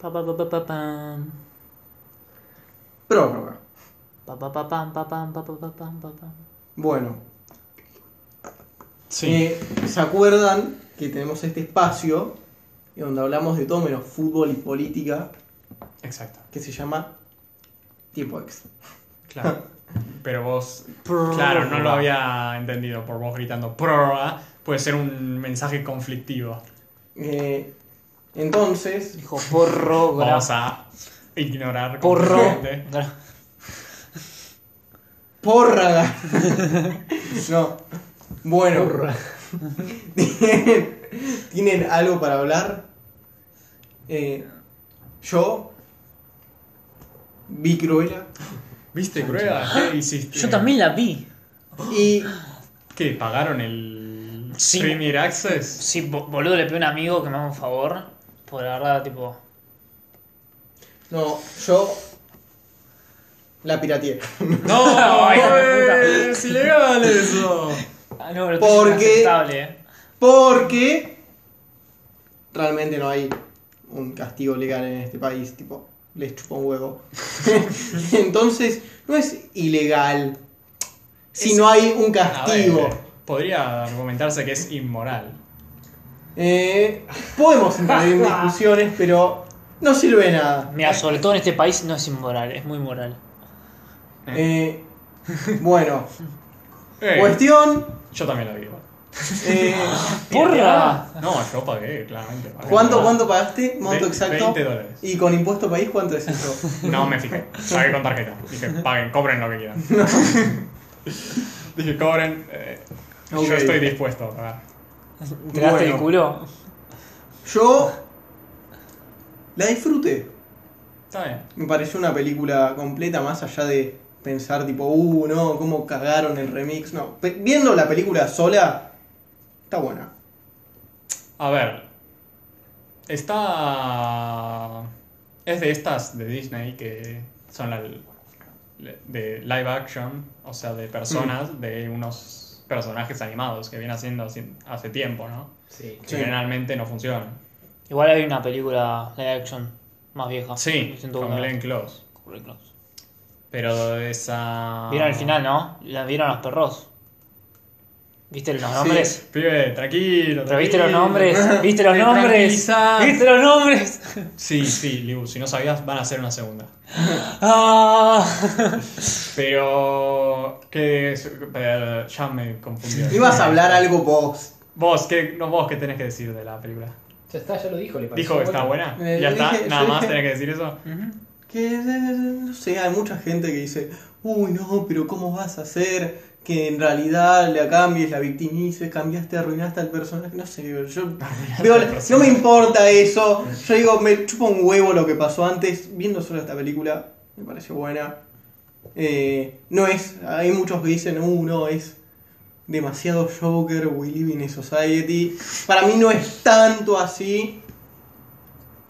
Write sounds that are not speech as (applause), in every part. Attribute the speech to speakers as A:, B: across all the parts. A: Pa, pa, pa, pa, pa, pam.
B: Prórroga.
A: Pa, pa, pa, pam, pa, pam, pa, pa, pa, pam, pa, pam.
B: Bueno,
C: Sí.
B: eh, ¿se acuerdan que tenemos este espacio donde hablamos de todo menos fútbol y política
C: Exacto.
B: que se llama Tiempo Extra?
C: Claro. Pero vos. Claro, no lo había entendido por vos gritando prórroga. Puede ser un mensaje conflictivo.
B: Eh, entonces,
A: Dijo porro, gra-
C: Vamos a ignorar
A: (laughs) porro.
C: completamente.
A: gra-
B: pórraga. no. Bueno. ¿Tienen, (laughs) tienen algo para hablar? Eh, yo vi Cruella
C: ¿Viste, prueba? ¿Qué hiciste?
A: Yo también la vi.
B: y
C: ¿Qué? ¿Pagaron el
A: Sí.
C: Premier
A: (laughs)
C: Access?
A: Sí, bo- boludo, le pedí a un amigo que me haga un favor. Por la verdad, tipo.
B: no, yo la pirateé.
C: ¡No!
A: Ay, la puta.
C: ¡Es ilegal eso!
A: Ah, no, pero
B: ¿Por
A: esto
B: qué?
A: es inaceptable, eh.
B: Porque realmente no hay un castigo legal en este país, tipo, les chupa un huevo. (laughs) Entonces, no es ilegal si
C: Es- Ah,
B: no hay un
C: A ver,
B: castigo.
C: podría argumentarse que es inmoral.
B: Eh, podemos entrar
C: (laughs)
B: en discusiones, pero no sirve de nada.
A: Mira, sobre todo en este país no es inmoral, es muy moral.
B: Eh,
C: (laughs)
B: bueno,
C: Eh, (laughs)
B: cuestión.
C: Yo también la digo.
B: eh,
A: ¡Porra!
C: No, yo pagué, claramente. pagué.
B: ¿cuánto, ¿Cuánto pagaste?
C: Ve-
B: Monto exacto.
C: 20 dólares.
B: Y con impuesto país, ¿cuánto es eso?
C: No me fijé. Pagué con tarjeta. Dije, paguen, cobren lo que quieran. Dije, cobren. eh,
B: Ok.
C: Yo estoy dispuesto a pagar.
A: ¿Te daste el
B: Bueno.
A: culo?
B: Yo la disfruté.
C: Está bien.
B: Me pareció una película completa, más allá de pensar, tipo, uh, no, cómo cagaron el remix. No, Pe- viendo la película sola, está buena.
C: A ver. Está. Es de estas de Disney que son la, de live action, o sea, de personas, de unos personajes animados que viene haciendo hace- hace tiempo, ¿no?
D: Sí.
C: Que
B: Sí.
C: generalmente no funcionan.
A: Igual hay una película live action más vieja.
C: Sí,
A: 101
C: con Glenn Close.
A: con Glenn Close.
C: Pero esa.
A: Vieron el final, ¿no? La vieron los perros. ¿Viste los nombres?
C: Pibe, tranquilo.
A: Pero viste los
C: tranquilo. (laughs)
A: nombres, viste los
C: Te
A: nombres,
C: tranquilizás.
A: viste los nombres.
C: Sí, sí, Liu, si no sabías, van a hacer una segunda.
A: Ah.
C: Pero. ¿Qué es? Eh, Ya me confundí.
B: Ibas a hablar algo vos.
C: Vos, ¿qué, no, vos, ¿qué tenés que decir de la película?
D: Ya está, ya lo dijo, le pareció.
C: ¿Dijo que está buena?
B: Eh,
C: ¿Ya
B: yo
C: está?
B: dije-
C: ¿Nada
B: yo
C: más
B: dije-
C: tenés que
B: (laughs)
C: decir eso?
B: Que, eh, no sé, hay mucha gente que dice, uy, no, pero ¿cómo vas a hacer que en realidad la cambies, la victimices, cambiaste, arruinaste al personaje? No sé, yo veo,
C: (laughs) al
B: la- no me
C: personaje.
B: importa eso. Yo digo, me chupa un huevo lo que pasó antes. Viendo solo esta película, me pareció buena. Eh, no es, hay muchos que dicen, uh, no, es demasiado Joker, we live in a society. Para mí no es tanto así,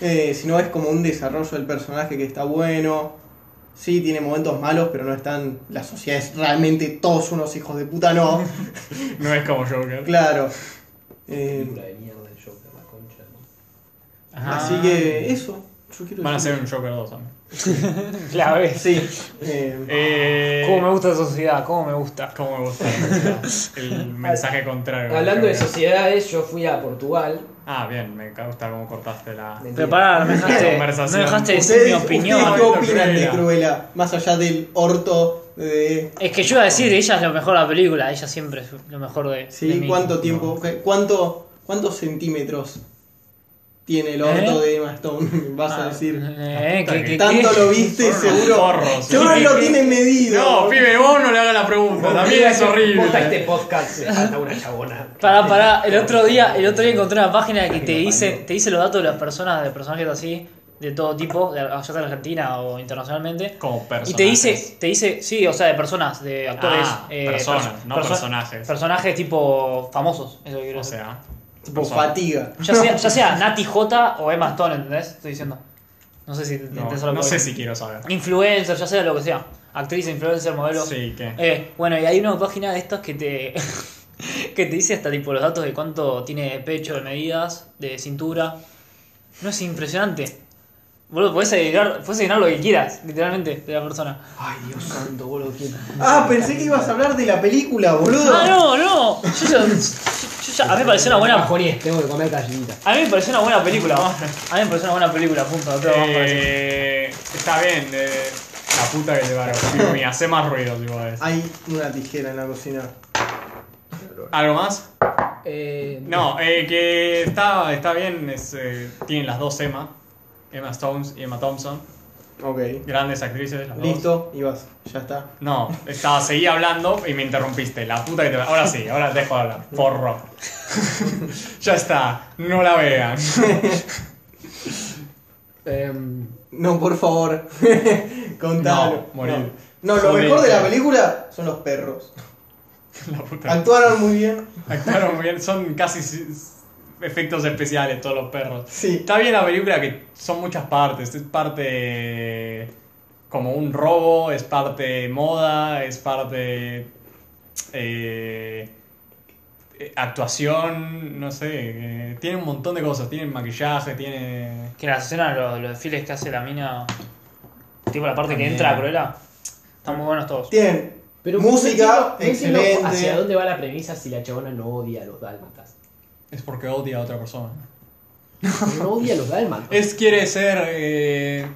B: eh, sino es como un desarrollo del personaje que está bueno. Sí, tiene momentos malos, pero no están. La sociedad es realmente todos unos hijos de puta, no.
C: No es como Joker.
B: Claro. Eh,
D: Película de mierda el Joker, la concha.
C: Ajá.
B: Así que eso. Yo quiero
C: Van a
B: decir-
C: hacer un Joker 2 también.
A: Ah, La ves.
B: Sí. eh,
C: Eh,
A: Cómo me gusta la sociedad, cómo me gusta.
C: cómo me gusta
A: (laughs)
C: el mensaje contrario.
D: Hablando de
C: Joker.
D: sociedades, yo fui a Portugal.
C: Ah, bien, me gusta cómo cortaste la.
D: Mentira.
A: Pero pará, me dejaste,
C: Conversación.
A: no dejaste decir mi
B: ¿Ustedes, ¿ustedes qué
A: opinión.
B: opinan de
C: Cruella.
B: Cruella? Más allá del orto de.
A: Es que yo iba a decir, ella es lo mejor de la película, ella siempre es lo mejor de. de
B: Sí,
A: mí. Eh,
B: ¿cuánto tiempo? ¿Qué- ¿Cuánto, ¿Cuántos centímetros tiene el orto
A: ¿Eh?
B: de Emma Stone? (laughs) Vas a
A: Ah,
B: decir.
A: eh,
C: puta
A: que-
C: que-
A: que-
B: Tanto
A: que-
B: lo viste,
C: Son unos
B: seguro.
C: forros.
A: ¿eh?
B: Seguro
C: Sí,
B: lo
C: sí.
B: tiene medido.
C: No, pibe, vos no le hagas la pregunta, también es
D: Puta, este
C: horrible.
D: podcast se falta una chabona.
A: Pará, pará, el otro día, el otro día encontré una página que te dice, te dice los datos de las personas, de personajes así, de todo tipo, de allá de Argentina o internacionalmente.
C: Como personajes.
A: Y te dice, te dice, sí, o sea, de personas, de actores. eh,
C: Ah, personas, no personajes.
A: Personajes tipo famosos, eso que quiero
C: O
A: decir.
C: sea,
B: Tipo
C: persona.
B: fatiga.
A: Ya sea,
C: (laughs)
A: ya sea Nati J o Emma Stone, ¿entendés? Estoy diciendo. No sé si te
C: no,
A: interesa lo que
C: no
A: voy.
C: sé si quiero saber.
A: Influencer, ya sea lo que sea. Actriz, influencer, modelo.
C: Sí, ¿qué?
A: Eh, bueno, y hay una página de estas que te. (laughs) que te dice hasta tipo los datos de cuánto tiene de pecho, de medidas, de cintura. No es impresionante. Boludo, podés adivinar, podés adivinar lo que quieras, literalmente, de la persona.
D: Ay, Dios santo, boludo. ¿quién?
B: Ah, pensé que ibas a hablar de la película, boludo.
A: ¡Ah, (laughs) no, no! Yo, ya- yo- yo ya- a mí me pareció una buena.
D: Bajoní, Ah, tengo que comer gallinita.
A: A mí me pareció una buena película. A mí me pareció una buena película, punto. No tengo más para decir.
C: Eh, está bien, eh, la puta que te parió.
A: (laughs)
C: Tipo, mira, hace más ruido, tipo, es.
B: Hay una tijera en la cocina.
C: ¿Algo más?
D: Eh,
C: No, eh, que está, está bien, es, eh, tienen las dos Emma, Emma Stones y Emma Thompson,
B: Ok.
C: grandes actrices, las dos.
B: Listo, y vas. Ya está.
C: No, estaba, seguí hablando y me interrumpiste. La puta que te Ahora sí, ahora dejo de hablar. Forro. (laughs) ya está, no la vean. (laughs)
A: Eh,
D: em,
B: No, por favor. (laughs) Contalo.
C: No, morir.
B: No, No, lo
C: Morir.
B: mejor de la película son los perros.
C: la puta.
B: Actuaron muy bien.
C: Actuaron muy bien, son casi si- efectos especiales todos los perros.
B: Sí.
C: Está bien la película que son muchas partes. Es parte como un robo, es parte moda, es parte eh, eh, actuación, no sé. eh, tiene un montón de cosas. Tiene maquillaje, tiene...
A: Que la escena, los, los desfiles que hace la mina. Tipo la parte que
C: También.
A: entra a Cruella. Están muy buenos todos.
B: Tienen
D: pero
B: música
D: no entiendo- no entiendo ¿Hacia
B: excelente.
D: dónde va la premisa si la chabona no odia a
C: (laughs)
D: los dálmatas?
C: Es porque odia a otra persona.
D: No odia a los dálmatas.
C: Es quiere ser... eh,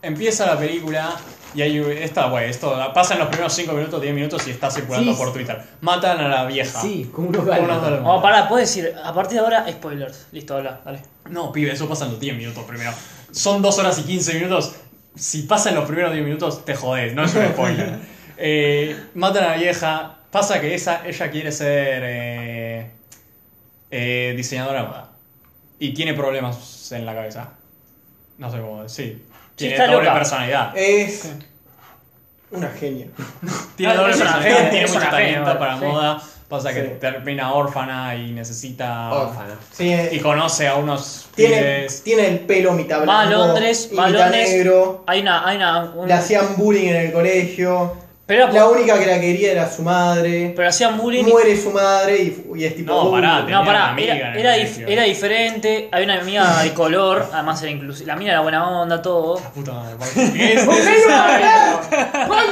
C: empieza la película... Y hay esta, bueno, esto pasa en los primeros 5 minutos, 10 minutos y está circulando
D: Sí,
C: por Twitter. Matan a la vieja.
D: Sí, como unos
C: Ah. Como unos
D: dálmatas.
C: dálmatas.
A: Oh, pará, puedes decir, a partir de ahora, spoilers. Listo, habla, dale.
C: No, pibe, eso pasa en los 10 minutos primero. Son 2 horas y 15 minutos. Si pasa en los primeros 10 minutos, te jodés, no es un spoiler.
A: (laughs)
C: Eh, matan a la vieja. Pasa que esa, ella quiere ser eh, eh, diseñadora de moda. Y tiene problemas en la cabeza. No sé cómo decir. Tiene
A: está
C: doble
A: loca. Eh,
C: personalidad.
B: Es una genia.
C: Tiene
A: Ah,
C: doble
A: es una
C: personalidad,
A: fe,
C: tiene
A: es
C: mucho
A: una fe,
C: talento
A: ahora,
C: para
A: sí.
C: moda. Pasa que
B: Sí.
C: termina órfana y necesita.
D: Órfana.
B: Sí, eh,
C: Y conoce a unos
B: tiene,
C: pibes.
B: tiene el pelo mitad blanco.
A: Va a Londres,
B: y
A: va a
B: mitad
A: Londres.
B: negro.
A: Hay una. Hay una un-
B: Le hacían bullying en el colegio.
A: pero, era
B: La
A: por-
B: única que la quería era su madre.
A: pero hacían bullying. y- Ah,
B: Muere su madre y, y es tipo.
C: No,
B: uh,
C: pará, Tenía
A: No,
C: una
A: pará,
C: amiga en
A: era,
C: el
A: era, dif-
C: colegio.
A: era diferente. Hay una amiga de color, además era inclusiva. La mina era buena onda, todo.
C: La puta madre, ¿por ¿Qué es necesario?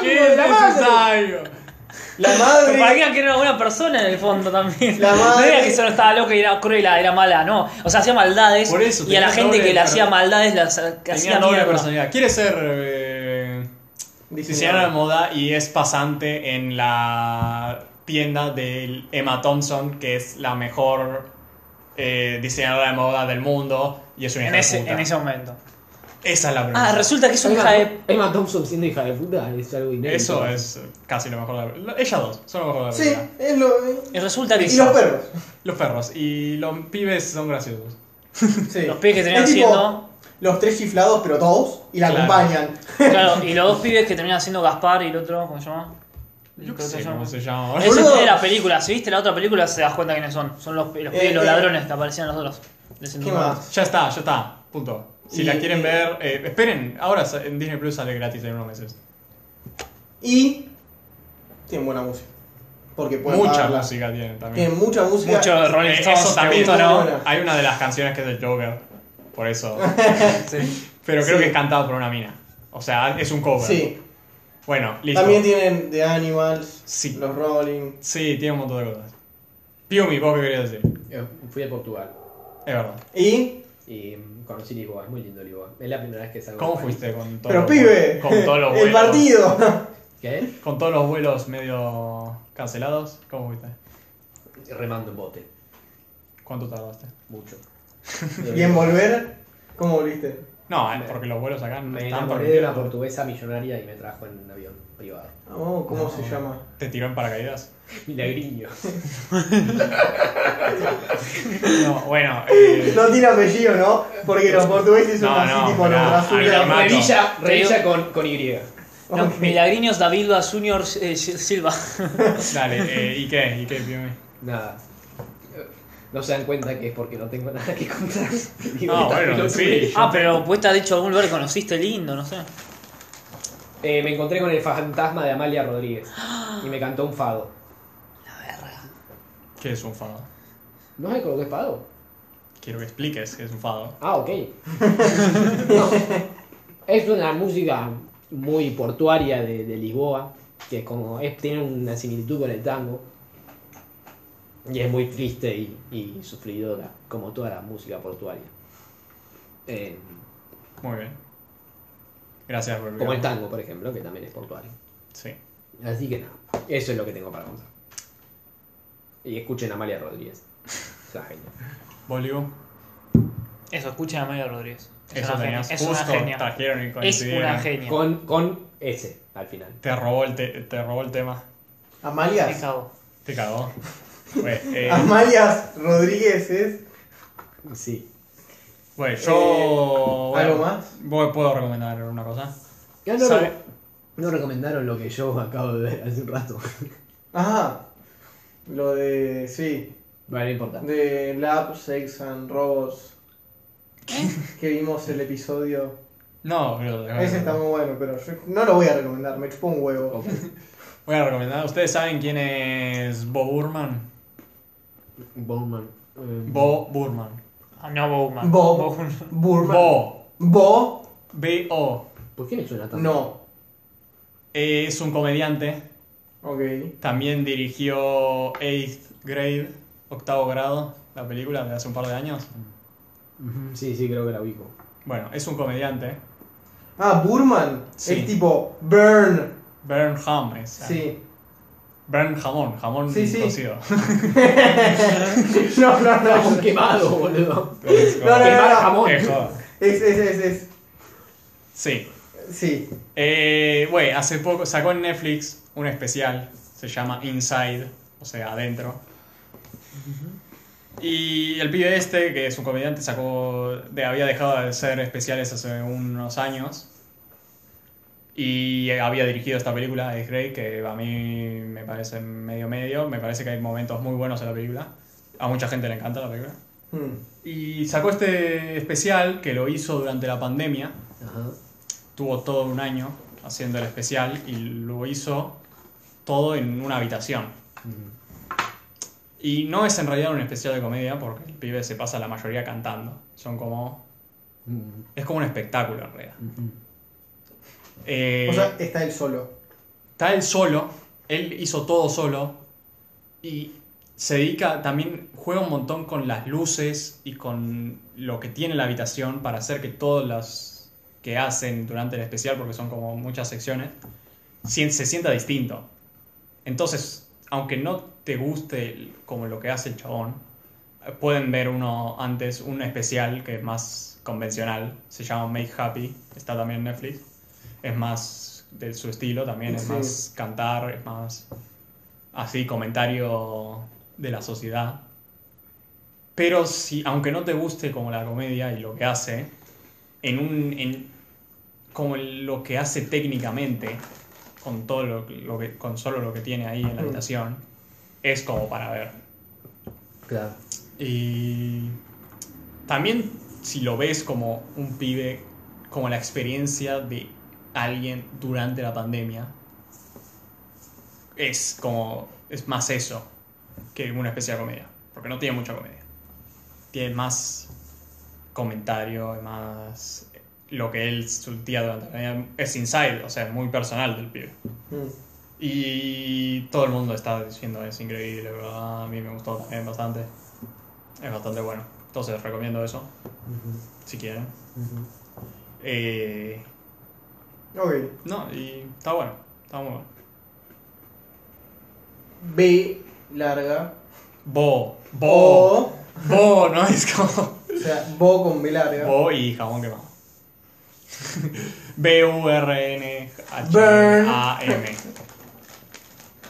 C: ¿Qué es necesario?
B: La
A: Pero
B: madre.
A: parecía que era buena persona en el fondo también.
B: La
A: No
B: madre-
A: era que solo estaba loca y era cruel, era mala, no. O sea, hacía maldades.
C: Por eso,
A: y a la
C: tenía doble
A: gente que le
C: personalidad.
A: hacía maldades, las hacía
C: Tenía doble
A: mierda.
C: personalidad. Quiere ser eh, diseñadora de moda y es pasante en la tienda de Emma Thompson, que es la mejor eh, diseñadora de moda del mundo. Y es una
A: En
C: hija de
A: ese,
C: puta.
A: en ese momento.
C: Esa es la pregunta.
A: Ah, resulta que es una hija
D: Emma,
A: de.
D: Emma Thompson siendo hija de puta es algo inédito.
C: Eso es casi lo mejor de la Ellas dos son lo mejor de la
B: Sí,
C: película.
B: es lo.
A: y Resulta que
B: Y los perros.
C: Los perros y los pibes son graciosos.
B: Sí.
A: Los pibes que terminan
B: Es tipo, (laughs)
A: siendo-
B: Los tres chiflados, pero todos. Y la
C: Claro.
B: acompañan.
A: Claro, y los dos pibes que terminan siendo Gaspar y el otro, ¿cómo se llama?
C: Yo qué
A: ¿Cómo se
C: sé
A: llama?
C: cómo se llama. ahora.
A: Eso
B: Boludo.
A: es de la película. Si viste la otra película, se das cuenta quiénes son. Son los, los,
B: Eh,
A: los
B: eh.
A: ladrones que aparecían los otros.
B: ¿Qué más?
C: Ya está, ya está. Punto. Si
B: Y-
C: la quieren
B: y-
C: ver, eh, esperen. Ahora sa- en Disney Plus sale gratis en unos meses.
B: Y. Tienen buena música. Porque pueden
C: Mucha
B: pagarla.
C: música tienen también.
B: Tienen mucha música.
A: Mucho de Rolling
C: Eh,
A: Stones.
C: eso
A: ¿te
C: también.
A: gustó, no?
B: Bueno.
C: Hay una de las canciones que es del Joker. Por eso.
A: Sí.
C: Pero
B: (laughs)
C: creo
B: Sí.
C: que es cantado por una mina. O sea, es un cover.
B: Sí.
C: Bueno, listo.
B: También tienen The Animals.
C: Sí.
B: Los Rolling.
C: Sí, tiene un montón de cosas. Piumi, ¿vos qué querías decir?
D: Eh, Fui a Portugal
C: Es verdad.
B: Y.
D: y mm, conocí Lisboa, es muy lindo Lisboa. Es la primera vez que salgo.
C: ¿Cómo
D: del país.
C: fuiste con todo
B: Pero pibe.
C: Con todos
B: (laughs)
C: los
B: El
C: vuelos.
B: partido.
D: ¿Qué?
C: Con todos los vuelos medio cancelados. ¿Cómo fuiste?
D: Remando en bote,
C: ¿Cuánto tardaste?
D: mucho.
C: (laughs)
B: Y en volver. ¿Cómo volviste?
C: No, eh,
D: Me-
C: porque los vuelos acá no
D: Me
C: están
D: enamoré de una
C: permitidos.
D: portuguesa millonaria y me trajo en un avión privado. (laughs)
B: Oh, ¿Cómo se llama?
C: ¿Te tiró en paracaídas? (laughs)
D: Milagriño.
C: No, bueno.
B: (laughs)
C: eh,
B: No tiene apellido, ¿no? Porque los portugueses son
C: No,
B: así,
C: no,
B: tipo los
C: mirá, a mí
B: brasileños.
C: me mato.
D: Revilla,
A: Te
D: revilla con, con Y.
A: No,
B: Ok.
A: Milagriños Davilba Junior eh, (laughs) Silva.
C: dale, eh, ¿y qué? ¿Y qué, Piumi?
D: Nada. No se dan cuenta que es porque no tengo (laughs) nada que
C: (laughs)
D: contar. Digo,
C: Ah,
D: esta
C: bueno,
D: pelotudez.
C: sí.
A: Ah, pero pues te ha dicho algún lugar que conociste lindo, no sé.
D: Eh, me encontré con el fantasma de Amalia Rodríguez y me cantó un fado.
C: ¿Qué es un fado?
D: ¿No me coloqué fado?
C: Quiero que expliques qué es un fado.
D: Ah, ok. Ah, Es una música muy portuaria de, de Lisboa, que es como es, tiene una similitud con el tango. Y es muy triste y, y sufridora, como toda la música portuaria. Eh,
C: Muy bien. Gracias, Volvió.
D: como el tango, por ejemplo, que también es portuario.
C: Sí.
D: Así que nada, eso es lo que tengo para contar. Y escuchen a Amalia Rodríguez. Es una genia.
C: Volvió.
A: Eso, escuchen a Mario Rodríguez. Es
C: Eso
A: una genia.
C: tenías
A: Es
C: justo.
A: una genia.
C: Trajeron y
A: Es
C: coincidieron.
A: una genia.
D: Con, con ese, al final.
C: ¿eh? Te robó el, te- te robó el tema.
A: Me
B: Amalias.
A: cago.
C: Te cagó.
B: (laughs)
C: Güey, eh,
B: Ah, Amalias Rodríguez es.
D: Sí.
C: güey, yo.
B: Eh, ¿algo
C: bueno,
B: más?
C: voy- ¿Puedo recomendar una cosa?
D: Ya no,
C: ¿Sabe?
D: no recomendaron lo que yo acabo de ver hace un rato.
B: Ajá. Lo de. Sí.
D: Vale, no importa.
B: De Lab, Sex and Robots. (laughs) Que vimos el episodio.
C: No, bro.
B: Ese está muy bueno, pero yo no lo voy a recomendar, me chupó un huevo.
C: Oh.
D: Ok.
C: Voy a recomendar. ¿Ustedes saben quién es Bo Burman?
D: Bowman.
B: Mm.
D: eh,
C: Bo Burman.
A: Ah, No, Bowman.
B: Bo. Burman.
C: Bo.
B: Bo.
C: B-O.
D: ¿Por qué le suena tanto?
B: No.
C: Eh, Es un comediante.
B: Ok.
C: También dirigió Eighth Grade, octavo grado, la película de hace un par de años.
D: Ujú, Sí, sí, creo que la ubico.
C: Bueno, es un comediante.
B: Ah, Burman.
C: Sí. Ah.
B: Es tipo Burn.
C: Bernham es.
B: Sí. (laughs)
C: Bern Jamón, jamón
B: Sí, sí. (laughs)
C: cocido.
B: No, no, no.
D: (laughs) Estamos quemados, boludo.
C: Es
B: No, no,
C: joda.
D: Quemar
B: no.
D: jamón.
C: Es joda.
B: Es, es, es, es.
C: Sí.
B: Sí.
C: Eh, Güey, hace poco sacó en Netflix un especial, se llama Inside, o sea, adentro. Y el pibe este, que es un comediante, sacó, de, había dejado de hacer especiales hace unos años. Y había dirigido esta película, Ice Grey, que a mí me parece medio medio. Me parece que hay momentos muy buenos en la película. A mucha gente le encanta la película.
B: Hmm.
C: Y sacó este especial que lo hizo durante la pandemia.
D: Ajá.
C: Tuvo todo un año haciendo el especial y lo hizo todo en una habitación.
D: Ujú.
C: Y no es en realidad un especial de comedia porque el pibe se pasa la mayoría cantando. Son como.
D: Ujú.
C: Es como un espectáculo en realidad.
D: Ujú.
C: Eh,
B: O sea, está él solo.
C: está él solo, él hizo todo solo y se dedica también, juega un montón con las luces y con lo que tiene la habitación para hacer que todas las que hacen durante el especial, porque son como muchas secciones, sien- se sienta distinto. Entonces, aunque no te guste el- como lo que hace el chabón, eh, pueden ver uno antes, un especial que es más convencional, se llama Make Happy, está también en Netflix, es más de su estilo también, es
B: Sí.
C: más cantar, es más así comentario de la sociedad. Pero si, aunque no te guste como la comedia y lo que hace, en un, en, como lo que hace técnicamente, con todo lo, lo que, con solo lo que tiene ahí en la
B: Mm.
C: habitación, es como para ver.
D: Claro.
C: Y también si lo ves como un pibe, como la experiencia de alguien durante la pandemia, es como, es más eso que una especie de comedia, porque no tiene mucha comedia. Tiene más comentario, es más lo que él sentía durante la pandemia, es inside, o sea, es muy personal del pibe.
B: Hmm.
C: Y todo el mundo está diciendo es increíble, ¿verdad? a mí me gustó también bastante. Es bastante bueno. Entonces recomiendo eso,
D: Ujú.
C: si quieren.
D: Ujú.
C: Eh,
B: Ok.
C: no, y está bueno, está muy bueno.
B: B larga.
C: Bo, bo,
B: O.
C: bo, no (laughs) es como.
B: O sea, Bo con B larga.
C: Bo y jamón (laughs) quemado. B-U-R-N-H-A-M.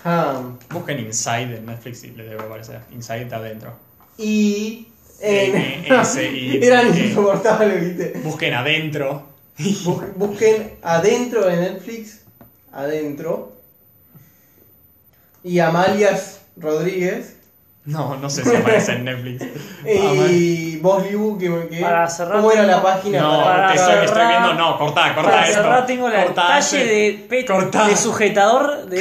B: Ham.
C: Busquen Inside en Netflix y les debe aparecer. Inside está adentro.
B: Y. N. (laughs)
C: N, S, I,
B: Eran
C: N.
B: insoportables,
C: (laughs)
B: viste.
C: Busquen adentro.
B: Bus- Busquen adentro de Netflix. Adentro. Y Amalias Rodríguez.
C: No, no sé si aparece en (laughs) Netflix.
B: Y vos, Libu, que me que-
A: Para cerrar,
B: ¿Cómo era la
A: tengo-
B: página?
C: No,
A: para
C: estoy,
A: cerrar-
C: estoy viendo. No, cortá, cortá
A: Para
C: esto.
A: cerrar tengo la
C: Cortá,
A: talle de, pe-
C: cortá.
A: de sujetador de